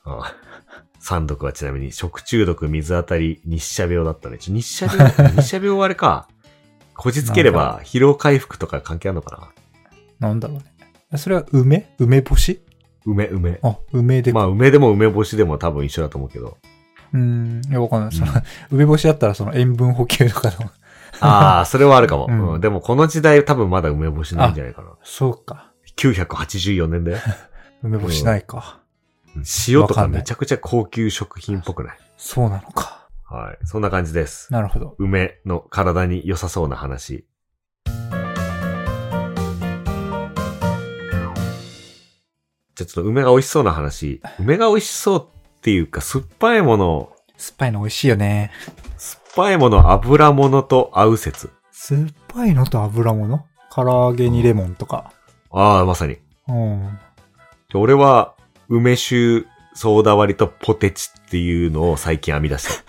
Speaker 1: ああ酸毒はちなみに食中毒、水当たり、日射病だったね。ちょ日射 病、日射病はあれか。こじつければ疲労回復とか関係あるのかな
Speaker 2: なんだろうね。それは梅梅干し
Speaker 1: 梅、梅。
Speaker 2: あ、梅で。
Speaker 1: まあ、梅でも梅干しでも多分一緒だと思うけど。
Speaker 2: うーん。いや、わかんない。その
Speaker 1: う、
Speaker 2: 梅干しだったらその塩分補給とかの。
Speaker 1: ああ、それはあるかも、
Speaker 2: う
Speaker 1: うんんでもこの時代多分まだ梅干しないんじゃないかな。
Speaker 2: そうか。
Speaker 1: 984年だよ。
Speaker 2: 梅干しないか。
Speaker 1: 塩と
Speaker 2: わか
Speaker 1: か
Speaker 2: んない
Speaker 1: めちゃくちゃ高級食品っぽくない
Speaker 2: そうなのか。
Speaker 1: はい。そんな感じです。
Speaker 2: なるほど。
Speaker 1: 梅の体に良さそうな話。じゃあちょっと梅が美味しそうな話。梅が美味しそうっていうか、酸っぱいもの、
Speaker 2: 酸っぱいの美味しいよね。
Speaker 1: 酸っぱいもの、油物と合う説。
Speaker 2: 酸っぱいのと油物唐揚げにレモンとか。
Speaker 1: ああ、まさに。
Speaker 2: うん。
Speaker 1: で俺は、梅酒、ソーダ割りとポテチっていうのを最近編み出した。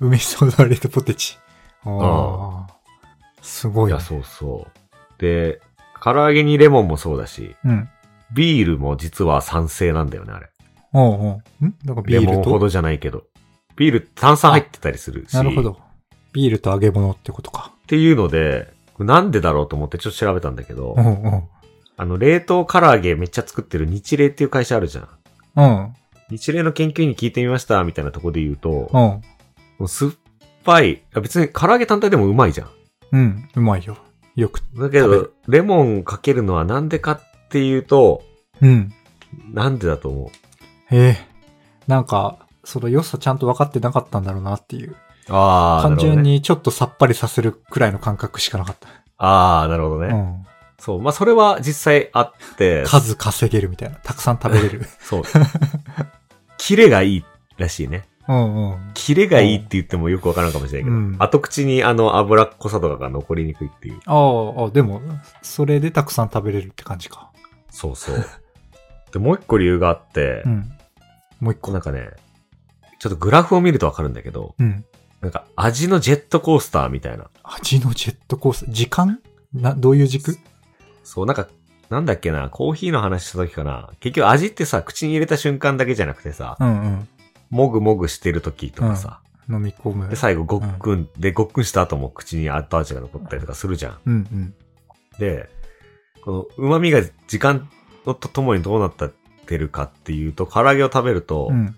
Speaker 2: 梅ソーダレッドポテチ。ああ。す ご
Speaker 1: い
Speaker 2: いね
Speaker 1: や、。そうそう。で、唐揚げにレモンもそうだし、
Speaker 2: うん。
Speaker 1: ビールも実は酸性なんだよね、あれ。
Speaker 2: おうおう。んだからビ
Speaker 1: レ
Speaker 2: ー
Speaker 1: モン
Speaker 2: ル
Speaker 1: ほ
Speaker 2: と。
Speaker 1: どじゃないけど。ビール炭酸入ってたりするし。
Speaker 2: なるほ。ど。ビールと揚げ物ってことか。
Speaker 1: っていうので、これなんでだろうと思ってちょっと調べたんだけど、
Speaker 2: うんうん。
Speaker 1: あの、冷凍唐揚げめっちゃ作ってる日冷っていう会社あるじゃん。
Speaker 2: うん。
Speaker 1: 日冷の研究員に聞いてみました、みたいなとこで言うと、
Speaker 2: う
Speaker 1: も
Speaker 2: ん。
Speaker 1: う酸っぱい。あ別に唐揚げ単体でもうまいじゃん。
Speaker 2: うん。うまいよ。よく。
Speaker 1: だけ
Speaker 2: 食べ
Speaker 1: ど、レモンかけるのはなんでかっていうと、
Speaker 2: うん。
Speaker 1: なんでだと思
Speaker 2: へえ。なんか、その良さちゃんと分かってなかったんだろうなっていう。
Speaker 1: う。ああ、
Speaker 2: 単
Speaker 1: なるほど
Speaker 2: 純
Speaker 1: ね。
Speaker 2: にちょっとさっぱりさせるくらいの感覚しかなかった。
Speaker 1: ああ、なるほどね。
Speaker 2: うん。
Speaker 1: そう。まあ、それは実際あって、
Speaker 2: 数稼げるみたいな。たくさん食べ れる。
Speaker 1: そう。キレがいいらしいね。
Speaker 2: うんうん。
Speaker 1: キレがいいって言ってもよくわからんかもしれないけど、
Speaker 2: うん
Speaker 1: 後口にあの脂っこさとかが残りにくいっていう。
Speaker 2: ああああ、でも、それでたくさん食べれるって感じか。
Speaker 1: そうそう。 で、もう一個理由があって、
Speaker 2: うん。もう一個。
Speaker 1: なんかね、ちょっとグラフを見るとわかるんだけど、
Speaker 2: うん。
Speaker 1: なんか味のジェットコースターみたいな。
Speaker 2: 味のジェットコース、時間な、どういう軸
Speaker 1: そう、なんか、なんだっけな、コーヒーの話した時かな。結局味ってさ、口に入れた瞬間だけじゃなくてさ、
Speaker 2: うん
Speaker 1: もぐもぐしてる時とかさ、
Speaker 2: うん。飲み込む。
Speaker 1: で、最後ごっくん、で、ごっくんした後も口に後味が残ったりとかするじゃん。
Speaker 2: うんうん。
Speaker 1: で、この旨味が時間とともにどうなったってるかっていうと、唐揚げを食べると
Speaker 2: う、ん。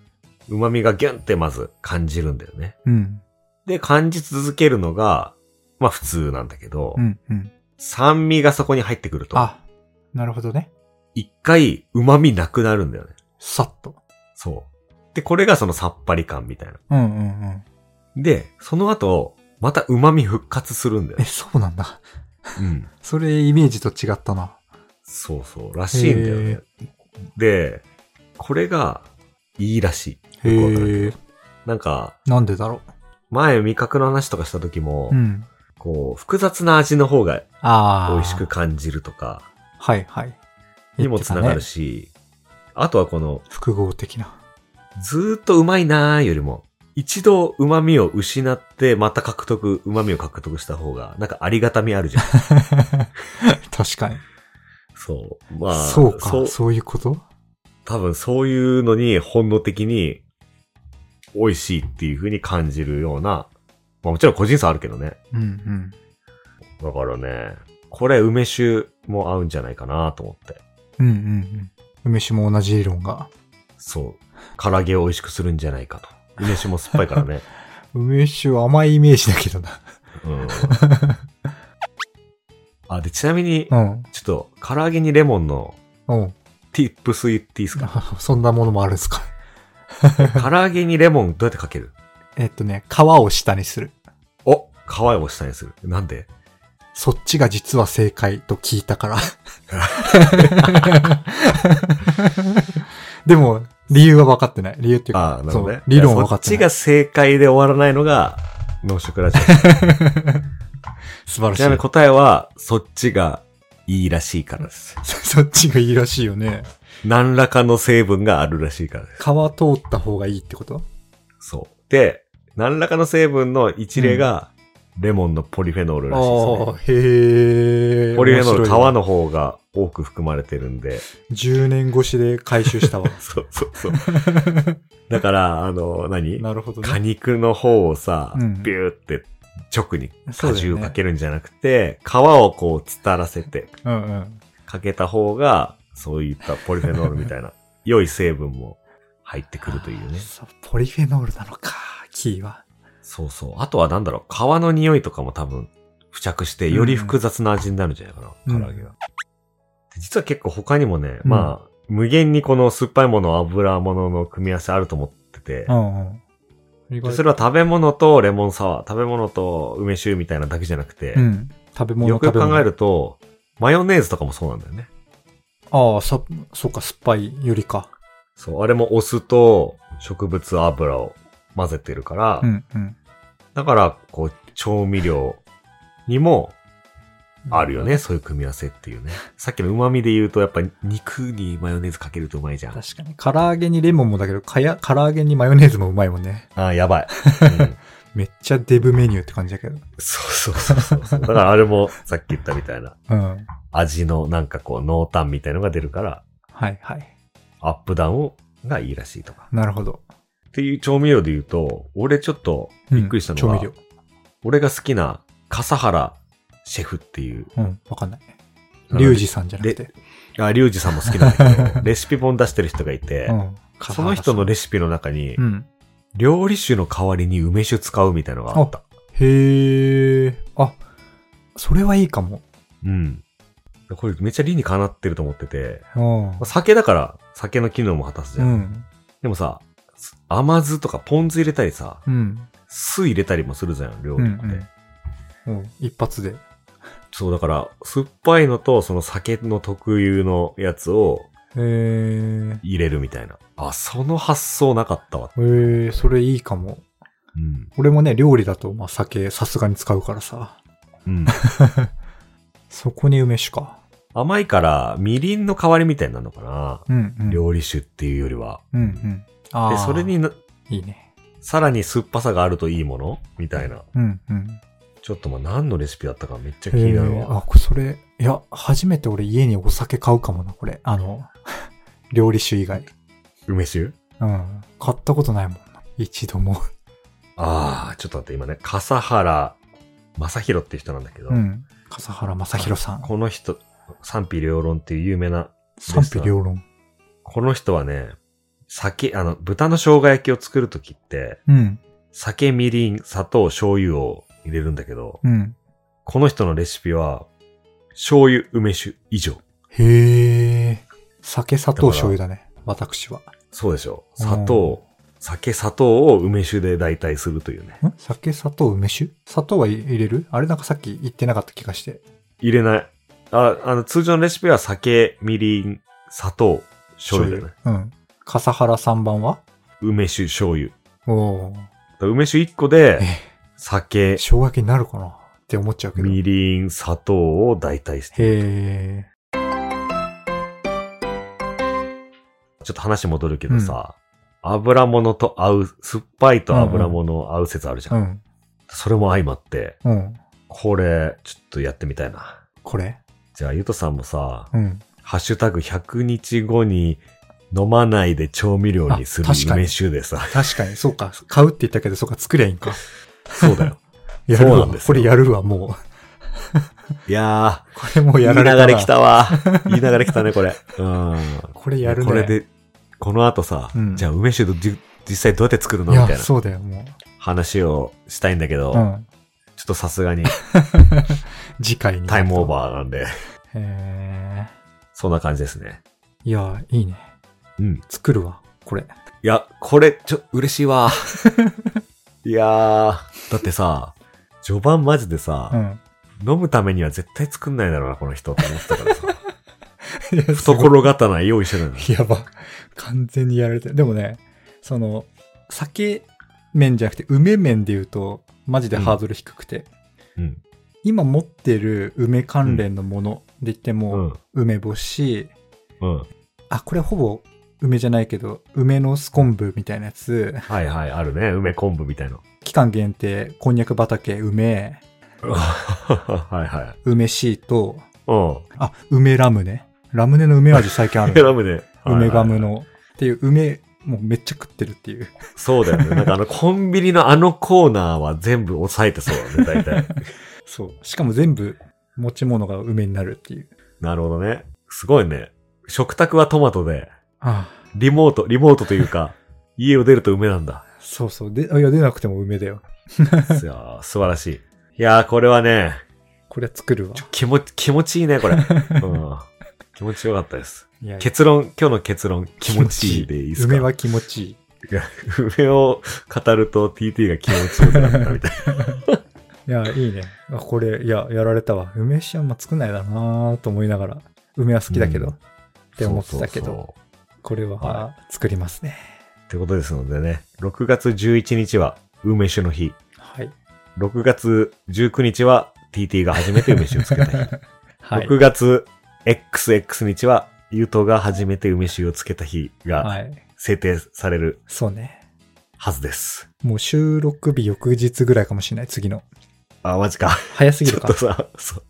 Speaker 1: 旨味がギュンってまず感じるんだよね。
Speaker 2: うん。
Speaker 1: で、感じ続けるのが、まあ普通なんだけど、
Speaker 2: うんうん。
Speaker 1: 酸味がそこに入ってくると、
Speaker 2: あ、なるほどね。
Speaker 1: 一回旨味なくなるんだよね。
Speaker 2: さっと。
Speaker 1: そう。で、これがそのさっぱり感みたいな。
Speaker 2: うんうんうん。
Speaker 1: で、その後、また旨味復活するんだよ
Speaker 2: え、。そうなんだ。
Speaker 1: うん。
Speaker 2: それイメージと違ったな。
Speaker 1: そうそう、らしいんだよね。で、これが、いいらしい。
Speaker 2: へ
Speaker 1: よくわからんけど
Speaker 2: え。
Speaker 1: なんか、
Speaker 2: なんでだろ
Speaker 1: 前味覚の話とかした時も、
Speaker 2: う。うん。
Speaker 1: こう、複雑な味の方が
Speaker 2: ああ。
Speaker 1: 美味しく。感じるとか、
Speaker 2: はいはい。
Speaker 1: にもつながる
Speaker 2: し。
Speaker 1: し、あとはこの、
Speaker 2: 複合的 な。
Speaker 1: ずーっとうまいなーよりも、一度旨味を失って、また獲得、旨味を獲得した方が、なんかありがたみあ るじゃん。
Speaker 2: 確かに。
Speaker 1: そう。まあ、
Speaker 2: そうか。そういうこと
Speaker 1: 多分そういうのに本能的に美味しいっていう風に感じるような、まあもちろん個人差あるけどね。
Speaker 2: うんうん。
Speaker 1: だからね、これ梅酒も合うんじゃないかなと思って。
Speaker 2: うんうんうん。梅酒も同じ理論が。
Speaker 1: そう。唐揚げを美味しくするんじゃないかと。梅酒も酸っぱいから ね。
Speaker 2: 梅酒は甘いイメージだけどな。
Speaker 1: うん。あ、で、ちなみに
Speaker 2: う、ん。
Speaker 1: ちょっと唐揚げにレモンの
Speaker 2: うん。
Speaker 1: ティップス言っていいですか
Speaker 2: そんなものもあるんですか。
Speaker 1: 唐揚げにレモンどうやってかける
Speaker 2: えっとね、皮を下にする。
Speaker 1: お皮を下にする。なんで
Speaker 2: そっちが実は正解と聞い たから。でも、理由は分かってない。理由っていう
Speaker 1: あ
Speaker 2: か
Speaker 1: あ、、なるほど
Speaker 2: そ
Speaker 1: ね
Speaker 2: う。理論は分か
Speaker 1: そっ
Speaker 2: って
Speaker 1: ち
Speaker 2: ない。
Speaker 1: が正解で終わらないのが、農食ラジオ。
Speaker 2: 素晴らし
Speaker 1: ちなみに
Speaker 2: い。
Speaker 1: 答えは、そっちがいいらしいからです。
Speaker 2: そっちがいいらしいよね。
Speaker 1: 何らかの成分があるらしいからで
Speaker 2: 皮通った方がいいってこと
Speaker 1: す。そう。で、何らかの成分の一例が、レモンのポリフェノール
Speaker 2: あ
Speaker 1: らしいです、ね
Speaker 2: あ、へえ。
Speaker 1: ポリフェノール、
Speaker 2: 面
Speaker 1: 皮
Speaker 2: 白いわ
Speaker 1: の方が多く含まれてるんで。。
Speaker 2: 10年越しで回収したわ
Speaker 1: そうそうそう。だから、あの、何
Speaker 2: なるほど
Speaker 1: 果
Speaker 2: ね。
Speaker 1: 肉の方をさ、
Speaker 2: うん
Speaker 1: ビューって直に
Speaker 2: そう
Speaker 1: 果
Speaker 2: だ
Speaker 1: 汁
Speaker 2: よ
Speaker 1: を
Speaker 2: ね
Speaker 1: かけるんじゃなくて、皮をこう伝らせて
Speaker 2: うんうん。
Speaker 1: かけた方が、そういったポリフェノールみたい な良い成分も入ってくるというね。
Speaker 2: そうポリフェノールなのか、キーは。
Speaker 1: そうそう。あとはなんだろう、皮の匂いとかも多分付着して、より複雑な味になるんじゃないかな、
Speaker 2: うん
Speaker 1: 唐揚げが。で実は結構他にもね、
Speaker 2: うん
Speaker 1: まあ、無限にこの酸っぱいもの、油物の組み合わせあると思ってて、
Speaker 2: うんうん。
Speaker 1: でそれは食べ物とレモンサワー、食べ物と梅酒みたいなだけじゃなくて、
Speaker 2: うん。食べ物
Speaker 1: よくよく
Speaker 2: 食べ
Speaker 1: 考
Speaker 2: 物
Speaker 1: えると、マヨネーズとかもそうなんだよね。
Speaker 2: ああ、さ、そうか、酸っぱいよりか。
Speaker 1: そう、あれもお酢と植物油を混ぜてるから、
Speaker 2: うんうん。
Speaker 1: だから、こう、調味料にもあるよね、。そういう組み合わせって いうね。さっきの旨味で言うと、やっぱ肉にマヨネーズかけるとうまいじゃん。あ
Speaker 2: 確かに。唐揚げにレモンもだけど、かや、唐揚げにマヨネーズもうまいもんね。
Speaker 1: ーやばい。うん
Speaker 2: めっちゃデブメニューって感じだけど。
Speaker 1: そうそうそうそうそう。だからあれも、さっき言ったみたいな、
Speaker 2: うん。
Speaker 1: 味のなんかこう、濃淡みたいのが出るから、
Speaker 2: はいはい。
Speaker 1: アップダウンをがいいらしいとか。
Speaker 2: なるほど。
Speaker 1: っていう調味料で言うと、俺ちょっとびっくりしたの
Speaker 2: うん
Speaker 1: が、
Speaker 2: 調味料。
Speaker 1: 俺が好きな笠原シェフっていう、
Speaker 2: うん、わかんない。リュウジさんじゃなくて。
Speaker 1: あ、リュウジさんも好きなんだけ ど、レシピ本出してる人がいて、
Speaker 2: うん。
Speaker 1: その人の
Speaker 2: レ
Speaker 1: レシピの中に
Speaker 2: う、ん。
Speaker 1: 料理酒の代わりに梅酒使うみたいなのがあった。
Speaker 2: へえ。あ、それはいいかも。
Speaker 1: うん。これめっちゃ理にかなってると思ってて、
Speaker 2: うん
Speaker 1: まあ。酒だから酒の機能も果たすじ
Speaker 2: う
Speaker 1: ゃん。
Speaker 2: ん。
Speaker 1: でもさ、甘酢とかポン酢入れたりさ、
Speaker 2: うん。
Speaker 1: 酢入れたりもするじゃん、料
Speaker 2: う
Speaker 1: 理って。
Speaker 2: ん。うん。一発で。
Speaker 1: そう、だから、酸っぱいのと、その酒の特有のやつを
Speaker 2: えー、
Speaker 1: 入れるみたいな。あ、その発想なかったわ。
Speaker 2: えー、それいいかも。
Speaker 1: うん。
Speaker 2: 俺もね、料理だと、まあ、酒、さすがに使うからさ。
Speaker 1: うん。
Speaker 2: そこに梅酒か。
Speaker 1: 甘いから、みりんの代わりみたいになるのかな。
Speaker 2: うん、うん。
Speaker 1: 料理酒っていうよりは。
Speaker 2: うん、うん。あ
Speaker 1: で、
Speaker 2: あ。
Speaker 1: それ、にな、
Speaker 2: いいね。
Speaker 1: さらに酸っぱさがあるといいものみたいな。
Speaker 2: うん、うん。
Speaker 1: ちょっとまあ何のレシピだったかめっちゃ気になる
Speaker 2: えーあ、
Speaker 1: わ。
Speaker 2: これそれ、いや、初めて俺家にお酒買うかもな、これ。あの、 料理酒以外。
Speaker 1: 梅酒
Speaker 2: うん。買ったことないもんな。一度も。
Speaker 1: ああ、ちょっと待って、今ね、笠原正宏っていう人なんだけど、
Speaker 2: うん。笠原正宏さん。
Speaker 1: この人、賛否両論っていう有名な、
Speaker 2: 賛否両論。
Speaker 1: この人はね、酒、あの、豚の生姜焼きを作るときって、
Speaker 2: うん。
Speaker 1: 酒、みりん、砂糖、醤油を入れるんだけど、
Speaker 2: うん。
Speaker 1: この人のレシピは、醤油、梅酒以上。
Speaker 2: へえ。酒、砂
Speaker 1: だか
Speaker 2: 糖、
Speaker 1: ら
Speaker 2: 醤油だね。私は。
Speaker 1: そうでしょ。砂糖、酒、砂糖を梅酒で代替するというね。
Speaker 2: ん酒、砂糖、梅酒砂糖はい入れるあれなんかさっき言ってなかった気がして。
Speaker 1: 入れない。あ、あの、通常のレシピは酒、みりん、砂糖、醤油だよね。
Speaker 2: 油うん。笠原3番は
Speaker 1: 梅酒、醤油。だか
Speaker 2: おお。
Speaker 1: ら梅酒1個で
Speaker 2: え、
Speaker 1: 酒、
Speaker 2: 生姜焼きになるかなって思っちゃうけど。
Speaker 1: み
Speaker 2: へ
Speaker 1: りん、砂糖を代替して。
Speaker 2: え。
Speaker 1: ちょっと話戻るけどさ、油物と合う、酸っぱいと油物合う説あるじゃん。
Speaker 2: うん。
Speaker 1: それも相まって、
Speaker 2: うん。
Speaker 1: これ、ちょっとやってみたいな。
Speaker 2: これ
Speaker 1: じゃあ、ゆとさんもさ、
Speaker 2: うん。
Speaker 1: ハッシュタグ100日後に飲まないで調味料にする
Speaker 2: あ確かに
Speaker 1: 梅酒でさ、
Speaker 2: 確かに、そうか。買うって言ったけど、そうか、作りゃいいんか。
Speaker 1: そうだ よ。
Speaker 2: やる
Speaker 1: そう
Speaker 2: わ。
Speaker 1: なんですよ
Speaker 2: これやるわ、もう。
Speaker 1: いや
Speaker 2: これもう
Speaker 1: ー、
Speaker 2: や
Speaker 1: や
Speaker 2: ら
Speaker 1: ら
Speaker 2: れ
Speaker 1: れい流
Speaker 2: たな
Speaker 1: れ来。たわ。いい流れ来たね、これ。うん。
Speaker 2: これやるね。
Speaker 1: これで、この後さ、
Speaker 2: うん
Speaker 1: じゃあ梅酒どじ実際どうやって作るのみ
Speaker 2: い
Speaker 1: たい
Speaker 2: や、
Speaker 1: な
Speaker 2: そうだよ、も
Speaker 1: 話をしたいんだけど、
Speaker 2: う。うん。
Speaker 1: ちょっとさすがに
Speaker 2: 次回に。
Speaker 1: タイムオーバー なんで、
Speaker 2: ー。へ
Speaker 1: そんな感じですね。
Speaker 2: ー。いや、いいね。
Speaker 1: うん。
Speaker 2: 作るわ、これ。
Speaker 1: いや、これ、ちょ、嬉しい わ。いやー、だってさ、序盤マジで
Speaker 2: う
Speaker 1: さ、
Speaker 2: ん。
Speaker 1: 飲むためには絶対作んないだろうな、この人って思ってたから さ、
Speaker 2: いやすごい
Speaker 1: 懐刀用意してたのに。
Speaker 2: やば。完全にやられてる。でもね、その、酒麺じゃなくて、梅麺で言うと、マジでハードル低くて、
Speaker 1: うん。
Speaker 2: 今持ってる梅関連のもので言って
Speaker 1: う
Speaker 2: も、
Speaker 1: ん。
Speaker 2: 梅干し、
Speaker 1: うん。
Speaker 2: あ、これほぼ梅じゃないけど、梅のス昆布みたいなやつ、
Speaker 1: はいはい、あるね。梅昆布みたいな。
Speaker 2: 期間限定、こんにゃく畑、梅、
Speaker 1: はいはい。
Speaker 2: 梅シート、
Speaker 1: う
Speaker 2: あ、梅ラムね。ラムネの梅味最近あ る
Speaker 1: ん。
Speaker 2: の。
Speaker 1: ラムで。
Speaker 2: 梅ガム
Speaker 1: はいはいはい。
Speaker 2: の。っていう、梅、もうめっちゃ食ってるっていう。
Speaker 1: そうだよね。なんかあの、コンビニのあのコーナーは全部抑えてそうだね、大体。
Speaker 2: そう。しかも全部、持ち物が梅になるっていう。
Speaker 1: なるほどね。すごいね。食卓はトマトで、
Speaker 2: あ
Speaker 1: リモート、リモートというか、家を出ると梅なんだ。
Speaker 2: あ、そうそう。で、あいや、出なくても梅だよ。
Speaker 1: いやー素晴らしい。いやーこれはね、
Speaker 2: これは作るわ。
Speaker 1: 気持ち、気持ちいいね、これ。うん、気持ちよかったです。
Speaker 2: いやいや
Speaker 1: 結論、今日の結論、気持ちいいでいいですか
Speaker 2: 梅は気持ちいい。
Speaker 1: いや梅を語ると TT が気持ちよくなった みたい
Speaker 2: いや、いいね。あこれ、いや、やられたわ。梅酒あんま作んないだなぁと思いながら、梅は好きだけ
Speaker 1: う
Speaker 2: ど、
Speaker 1: ん
Speaker 2: って思ってた
Speaker 1: そ
Speaker 2: けど
Speaker 1: うそうそう
Speaker 2: これ
Speaker 1: は
Speaker 2: は作りますね。
Speaker 1: ってことですのでね、6月11日は梅酒の日、
Speaker 2: はい。
Speaker 1: 6月19日は TT が初めて梅酒をつけた日、
Speaker 2: はい。
Speaker 1: 6月 XX 日はゆとが初めて梅酒をつけた日が
Speaker 2: はい。
Speaker 1: 制定される
Speaker 2: そうね。
Speaker 1: はずです。
Speaker 2: もう収録日翌日ぐらいかもしれない、次の。
Speaker 1: あ、マジ か。
Speaker 2: 早すぎ
Speaker 1: ちょっ
Speaker 2: るか
Speaker 1: と。さ、そう。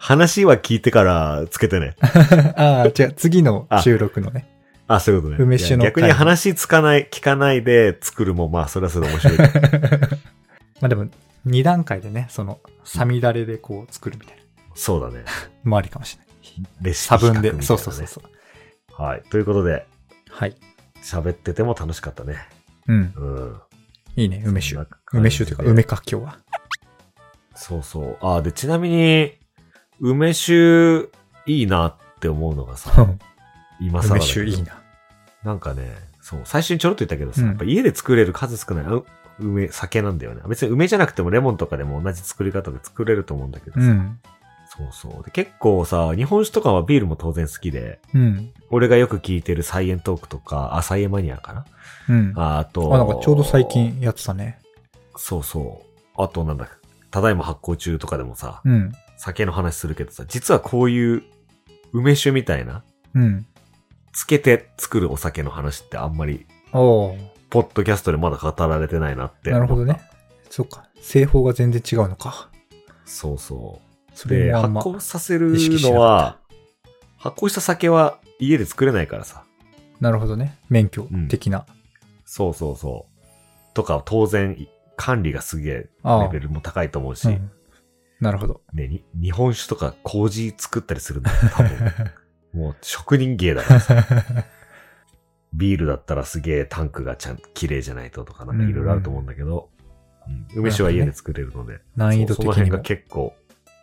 Speaker 1: 話は聞いてからつけてね。
Speaker 2: ああ、違う、次の収録のね。
Speaker 1: あ、そういうことね。
Speaker 2: 梅酒の
Speaker 1: いや逆
Speaker 2: 回
Speaker 1: に話つかない、聞かないで作るも、まあ、それはそれで面白い。
Speaker 2: まあでも、2段階でね、その、サミダレでこう作るみたいな。
Speaker 1: そうだね。
Speaker 2: もありかもしれない。
Speaker 1: レシピ
Speaker 2: 差
Speaker 1: 比較みた
Speaker 2: 分
Speaker 1: い
Speaker 2: で。
Speaker 1: なね
Speaker 2: そうそうそうそう。
Speaker 1: はい。ということで、
Speaker 2: はい。
Speaker 1: 喋ってても楽しかったね。
Speaker 2: うん。
Speaker 1: うん。
Speaker 2: いいね、梅酒
Speaker 1: そんな。感じで
Speaker 2: 梅酒というか、梅か、今日 は。
Speaker 1: そうそう。あ、で、ちなみに、梅酒いいなって思うのがさ、今更
Speaker 2: 梅
Speaker 1: だけ
Speaker 2: 酒
Speaker 1: ど
Speaker 2: いいな。
Speaker 1: なんかね、そう、最初にちょろっと言ったけどさ、
Speaker 2: うん
Speaker 1: やっぱ家で作れる数少ない、あ梅、酒なんだよね。別に梅じゃなくてもレモンとかでも同じ作り方で作れると思うんだけど
Speaker 2: う
Speaker 1: さ。
Speaker 2: ん。
Speaker 1: そうそう。で、結構さ、日本酒とかはビールも当然好きで、
Speaker 2: うん。
Speaker 1: 俺がよく聞いてるサイエントークとか、あ、サイエマニアかな
Speaker 2: うん。あ、
Speaker 1: ああと、
Speaker 2: なんかちょうど最。近やってたね。
Speaker 1: そうそう。あとなんだ、ただいま発行中とかでもさ、
Speaker 2: うん。
Speaker 1: 酒の話するけどさ、実はこういう梅酒みたいな、
Speaker 2: うん。
Speaker 1: つけて作るお酒の話ってあんまり、
Speaker 2: おお。
Speaker 1: ポッドキャストでまだ語られてないなって。
Speaker 2: なるほどね。。そうか。製法が全然違うのか。
Speaker 1: そうそ。
Speaker 2: そう
Speaker 1: で、
Speaker 2: れもあ
Speaker 1: 発
Speaker 2: んま。
Speaker 1: 酵させる
Speaker 2: 意識しな
Speaker 1: の
Speaker 2: か
Speaker 1: は、発酵した酒は家で作れないからさ。
Speaker 2: なるほどね。免許的な。
Speaker 1: そうそうそう。とか、当然、管理がすげえ、
Speaker 2: ああ
Speaker 1: レベルも高いと思うし、
Speaker 2: うんなる ほど。
Speaker 1: ね、に日本酒とか麹作ったりするんだよ、多 分。もう職人芸だからさ。ビールだったらすげえタンクがちゃん綺麗じゃないととか、なんかいろいろあると思うんだけど、うん梅酒は家で作れるので、
Speaker 2: 難易度
Speaker 1: そ
Speaker 2: 的
Speaker 1: うその辺
Speaker 2: にも
Speaker 1: が。結構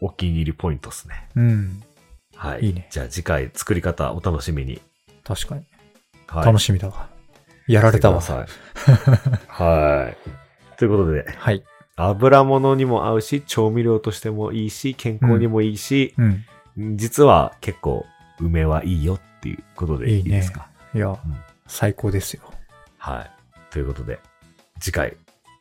Speaker 1: お気に入りポイントですね。
Speaker 2: うん。
Speaker 1: はい。
Speaker 2: いいね
Speaker 1: じゃあ次回作り方お楽しみに。
Speaker 2: 確かに。
Speaker 1: はい、
Speaker 2: 楽
Speaker 1: し
Speaker 2: しみだわ。やられたわ。
Speaker 1: は。
Speaker 2: はい
Speaker 1: はい。ということで、
Speaker 2: い。
Speaker 1: 油物にも合うし、調味料としてもいいし、健康にもいいし、
Speaker 2: うん。
Speaker 1: 実は結構梅はいいよっていうことでいい
Speaker 2: いいね
Speaker 1: ですか
Speaker 2: いや、
Speaker 1: ん
Speaker 2: 最高ですよ。
Speaker 1: はい。ということで、次回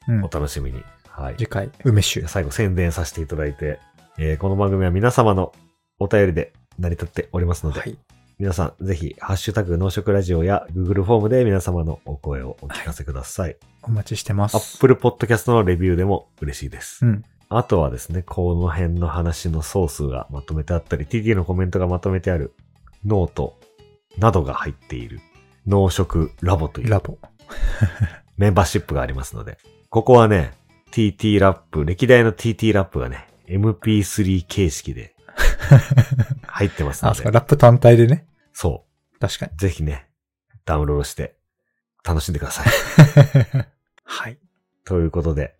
Speaker 2: うん
Speaker 1: お。楽しみに。はい。
Speaker 2: 次回、梅酒。
Speaker 1: 最後宣伝させていただいて、えーこの番組は皆様のお便りで成り立っておりますので、
Speaker 2: はい。
Speaker 1: 皆さんぜひ、ハッシュタグ農食ラジオや Google フォームで皆様のお声をお聞かせください。
Speaker 2: お待ちしてます。
Speaker 1: Apple Podcast のレビューでも嬉しいです。
Speaker 2: うん。
Speaker 1: あとはですね、この辺の話のソースがまとめてあったり、TT のコメントがまとめてあるノートなどが入っている農食ラボという
Speaker 2: ラボ。
Speaker 1: メンバーシップがありますので、ここはね、TT ラップ、歴代の TT ラップがね、MP3 形式で 入ってますの
Speaker 2: あ、そうか、
Speaker 1: で、
Speaker 2: ラップ単体でね。
Speaker 1: そ
Speaker 2: 確かに。
Speaker 1: う、ぜひね、ダウンロードして楽しんでください。
Speaker 2: はい。
Speaker 1: ということで、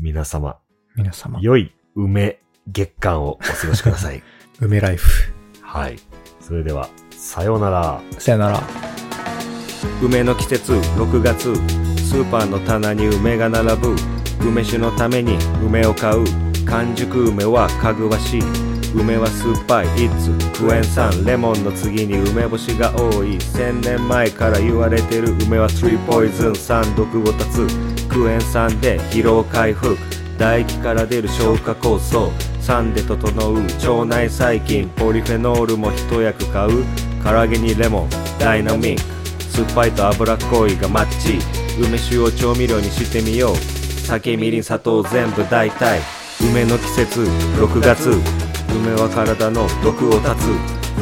Speaker 1: 皆様、
Speaker 2: 皆様、
Speaker 1: 良い梅月間をお過ごしくだ さい。
Speaker 2: 梅ライフ。
Speaker 1: はい。それでは、さようなら。
Speaker 2: さよなら。
Speaker 1: 梅の季節6月スーパーの棚に梅が並ぶ梅酒のために梅を買う完熟梅はかぐわしい梅は酸っぱい It's クエン酸レモンの次に梅干しが多い1000年前から言われてる梅は3ポイズン3毒を断つクエン酸で疲労回復唾液から出る消化酵素酸で整う腸内細菌ポリフェノールも一役買う唐揚げにレモンダイナミック酸っぱいと脂っこいがマッチ梅酒を調味料にしてみよう酒みりん砂糖全部大体梅の季節6月梅は体の毒を断つ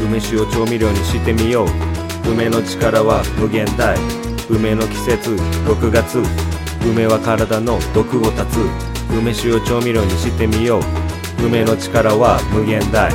Speaker 1: 梅酒を調味料にしてみよう梅の力は無限大梅の季節6月梅は体の毒を断つ梅酒を調味料にしてみよう梅の力は無限大